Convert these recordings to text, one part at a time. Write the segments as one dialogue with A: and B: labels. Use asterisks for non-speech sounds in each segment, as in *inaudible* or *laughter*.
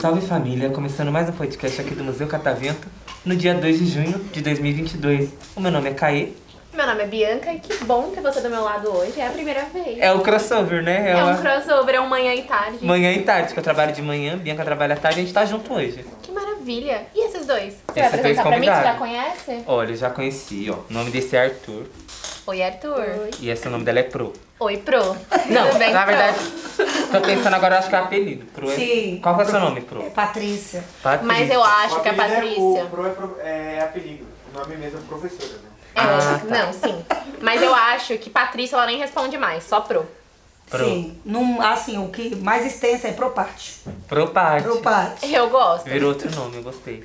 A: Salve família, começando mais um podcast aqui do Museu Catavento, no dia 2 de junho de 2022. O meu nome é Caê,
B: Meu nome é Bianca e que bom ter você do meu lado hoje. É a primeira vez.
A: é o crossover, né?
B: É
A: uma
B: um crossover, é um manhã e tarde.
A: manhã e tarde, que eu trabalho de manhã, Bianca trabalha à tarde, a gente tá junto hoje.
B: Que maravilha. E esses dois? Você
A: Esses
B: vai
A: dois
B: apresentar pra mim? Você já
A: convidados.
B: conhece?
A: Olha, eu já conheci, ó. O nome desse é Arthur
B: Oi, Arthur. Oi,
A: e esse é o nome dela é Pro.
B: Pro.
A: *laughs* Não,
B: Tudo bem,
A: na
B: Pro?
A: verdade, tô pensando agora, acho que é apelido. Pro é-
C: Sim.
A: Qual que é o seu nome,
C: É
A: Pro?
C: Patrícia.
A: Patrícia.
B: Mas eu acho
D: O
B: que é a
D: apelido É, o
B: Patrícia.
D: pro é, pro- é apelido. O nome mesmo é professora, né?
B: Eu
A: Ah,
B: acho-
A: tá.
B: Não, sim. Mas eu acho que Patrícia ela nem responde mais, só Pro.
A: Pro.
C: Sim. Num, assim, o que mais extensa é Proparte.
A: Pro Pati.
C: Proparte.
B: Eu gosto.
A: Virou outro nome, eu gostei.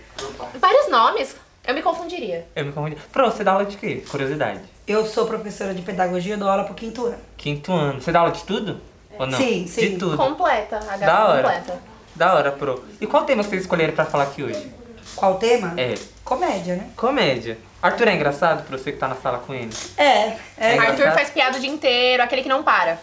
B: Vários nomes, eu me confundiria.
A: Eu me confundi. Pro, você dá aula de quê? Curiosidade.
C: Eu sou professora de pedagogia, dou aula pro quinto ano.
A: Quinto ano. Você dá aula de tudo? Ou não?
C: Sim,
A: De
C: sim.
A: tudo.
B: Completa,
A: Da
B: a Gabi
A: hora.
B: é completa.
A: Da hora, pro. E qual tema que vocês escolheram pra falar aqui hoje?
C: Qual o tema?
A: É.
C: Comédia, né?
A: Comédia. Arthur é engraçado pra você que tá na sala com ele?
C: É. é.
A: Mas-
B: Arthur faz piada o dia inteiro, aquele que não para.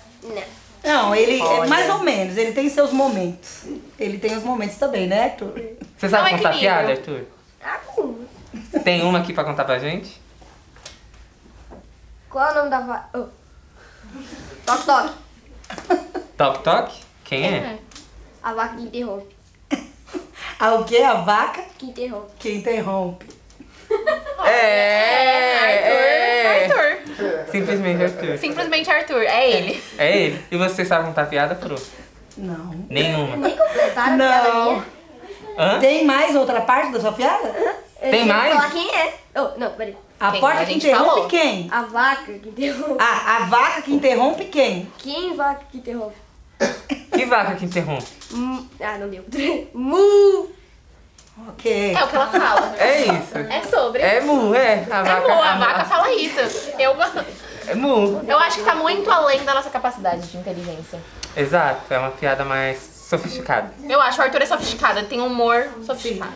C: Não, ele é
B: Olha.
C: mais ou menos, ele tem seus momentos. Ele tem os momentos também, né, Arthur? *laughs*
A: Você sabe
B: Não, é
A: contar
B: equilíbrio.
A: piada, Arthur?
E: Ah,
A: Tem uma aqui pra contar pra gente?
E: Qual é o nome da va... Oh. Toque, toque.
A: Toc Toc? Quem é?
E: A vaca que interrompe.
C: Ah, o que? A vaca
E: Que interrompe.
C: que interrompe.
B: é?
A: É,
B: Arthur, Arthur.
A: Simplesmente Arthur.
B: Simplesmente Arthur, é ele.
A: É ele. E você sabe contar piada, pro?
C: Não.
A: Nenhuma.
E: Nem completaram a piada
C: Não.
E: minha.
A: Hã?
C: Tem mais outra parte da sua piada?
E: Eu
A: Tem
E: tinha que
A: mais?
E: falar quem é. Oh, não, peraí.
C: A
B: Quem?
C: porta
B: A
C: que
B: gente
C: interrompe
B: falou.
C: quem?
E: A vaca que interrompe.
C: Ah, a vaca que interrompe quem?
E: Quem vaca que interrompe?
A: Que vaca que interrompe?
E: Hum, Ah, não deu. *laughs* Mu.
C: Ok.
B: É o que ela fala.
A: É isso.
B: É sobre.
A: É mu, é. A
B: É
A: vaca,
B: boa, a vaca fala isso. Eu,
A: É mu.
B: eu acho que tá muito além da nossa capacidade de inteligência.
A: Exato. É uma piada mais sofisticada.
B: Eu acho que o Arthur é sofisticado, ele tem um humor sofisticado.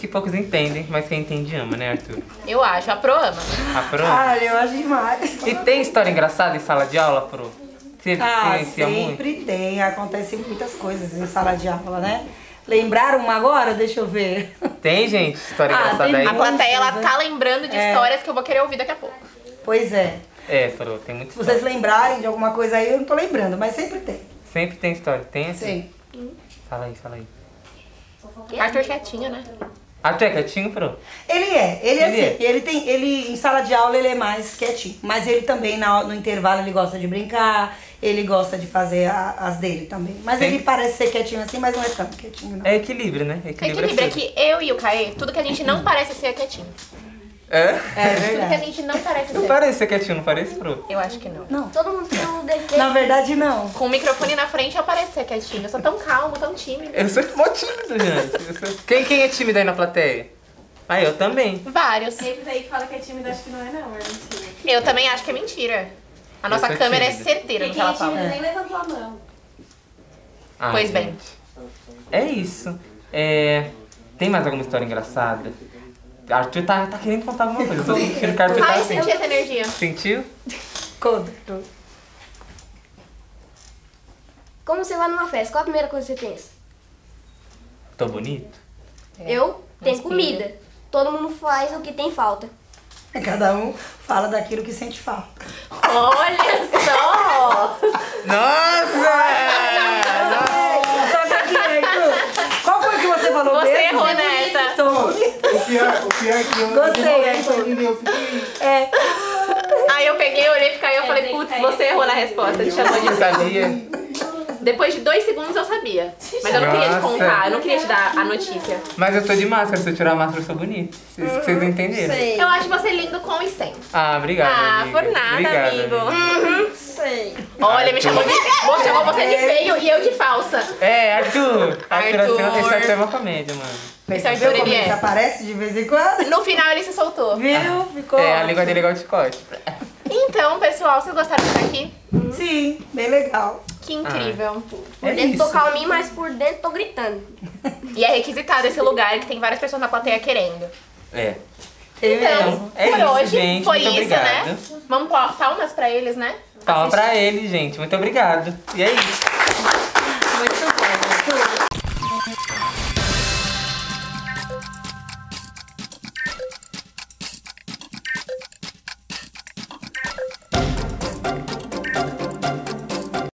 A: Que poucos entendem, mas quem entende ama, né, Arthur?
B: Eu acho, a Pro ama.
A: A pro?
C: Olha, eu acho demais.
A: E tem história engraçada em sala de aula, Pro? Você
C: Ah,
A: conhecia muito?
C: sempre tem. Acontecem muitas coisas em sala de aula, né? Lembraram uma agora? Deixa eu ver. *laughs*
A: Tem, gente, história
C: Ah,
A: engraçada
C: tem
A: aí?
B: A plateia, ela tá lembrando de
C: É.
B: histórias que eu vou querer ouvir daqui a pouco.
C: Pois é.
A: É, Pro, tem muita
C: Se
A: história.
C: vocês lembrarem de alguma coisa aí, eu não tô lembrando, mas sempre tem.
A: Sempre tem história. Tem assim?
C: Sim.
A: Fala aí, fala aí.
B: Arthur quietinho, né?
A: Arthur é quietinho, Pro?
C: Ele é, ele
A: Ele
C: é assim. Ele tem, ele em sala de aula ele é mais quietinho, mas ele também na- no intervalo ele gosta de brincar, ele gosta de fazer a- as dele também. Mas
A: Tem-
C: ele parece ser quietinho assim, mas não é tanto quietinho não.
A: É equilíbrio, né? Equilíbrio,
B: Equilíbrio é
A: tudo.
B: que eu e o Caê, tudo que a gente não parece ser é quietinho.
A: É?
C: É
B: Tudo que a
C: verdade.
B: gente não parece
A: Eu
B: ser.
A: pareço ser quietinho, não parece, Pro?
B: Eu acho que não.
E: Todo mundo tem um
A: é
E: defeito.
C: Na verdade não.
B: Com o microfone na frente, eu pareço ser quietinho. Eu sou tão calmo, tão tímido.
A: Eu sou mó tímido, gente. Eu sou- Quem, quem é tímido aí na plateia? Ah, eu também.
B: Vários.
F: Esses aí que fala que é tímido, acho que não é não, é mentira.
B: Eu também acho que é mentira. A
A: Eu
B: nossa
A: sou
B: câmera
A: tímido.
B: é certeira no que ela fala.
F: nem levantou a mão.
A: Ah,
B: Pois bem.
A: gente. É isso. É... Tem mais alguma história engraçada? Arthur tá, tá querendo contar alguma coisa. Eu tô sentindo que Arthur tá
B: Ai, eu
A: assim.
B: senti essa energia.
A: Sentiu?
C: Conta.
E: Como você vai numa festa, qual a primeira coisa que você pensa?
A: Tô bonito?
E: Eu tenho
B: inspira.
E: comida. Todo mundo faz o que tem falta.
C: Cada um fala daquilo que sente falta.
B: Olha só!
A: Nossa!
C: Toca aqui, Arthur. Qual foi que você falou
B: *laughs* Você
C: mesmo?
B: errou né? nessa.
C: Então,
D: O pior, o pior é que eu
C: Gostei,
D: demorei pra
C: Arthur.
D: entender, eu fiquei...
C: é,
B: Aí eu peguei, olhei pro
F: É,
B: Caio e falei, putz, você errou na resposta. Ele chamou
A: Eu
B: de...
A: sabia.
B: Depois de dois segundos eu sabia. Mas eu não queria te
A: Nossa.
B: contar, eu não queria te dar a notícia.
A: Mas eu tô de máscara, se eu tirar a máscara eu sou bonito. Isso que vocês entenderam.
E: Sei,
B: Eu acho você lindo com e sem.
A: Ah, obrigado.
B: Ah,
A: amiga.
B: por nada,
A: Obrigado,
B: amigo. Hum,
A: amiga.
E: sei.
B: Olha, me chamou de. Bom, chamou você de feio e eu de falsa.
A: É, Arthur. Arthur,
B: Arthur.
A: Arthur. Esse Arthur é uma comédia, mano.
C: percebeu como
B: ele
C: ele
B: é.
C: aparece de vez em quando?
B: No final ele se soltou.
C: Viu? Ficou
A: É, a língua
C: ótimo.
A: dele é igual de corte.
B: Então, pessoal, vocês gostaram de estar aqui?
C: Sim, bem legal.
B: Que incrível.
E: Por
A: Ah, É
E: dentro
A: isso.
E: tô calminho, mas por dentro tô gritando.
B: E é requisitado esse lugar que tem várias pessoas na plateia querendo.
A: É.
C: Ele
B: Então,
C: mesmo.
A: É
B: por
A: isso,
B: hoje
A: gente.
B: foi
A: Muito
B: isso,
A: obrigado.
B: né? Vamos pau- palmas pra eles, né?
A: Palma pra ele, gente. Muito obrigado. E é isso.